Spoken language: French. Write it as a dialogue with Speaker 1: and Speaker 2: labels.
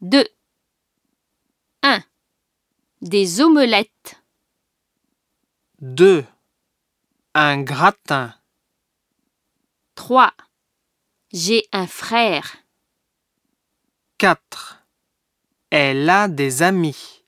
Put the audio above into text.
Speaker 1: 2 1 Des omelettes
Speaker 2: 2. Un gratin.
Speaker 1: 3 J'ai un frère
Speaker 2: 4. Elle a des amis.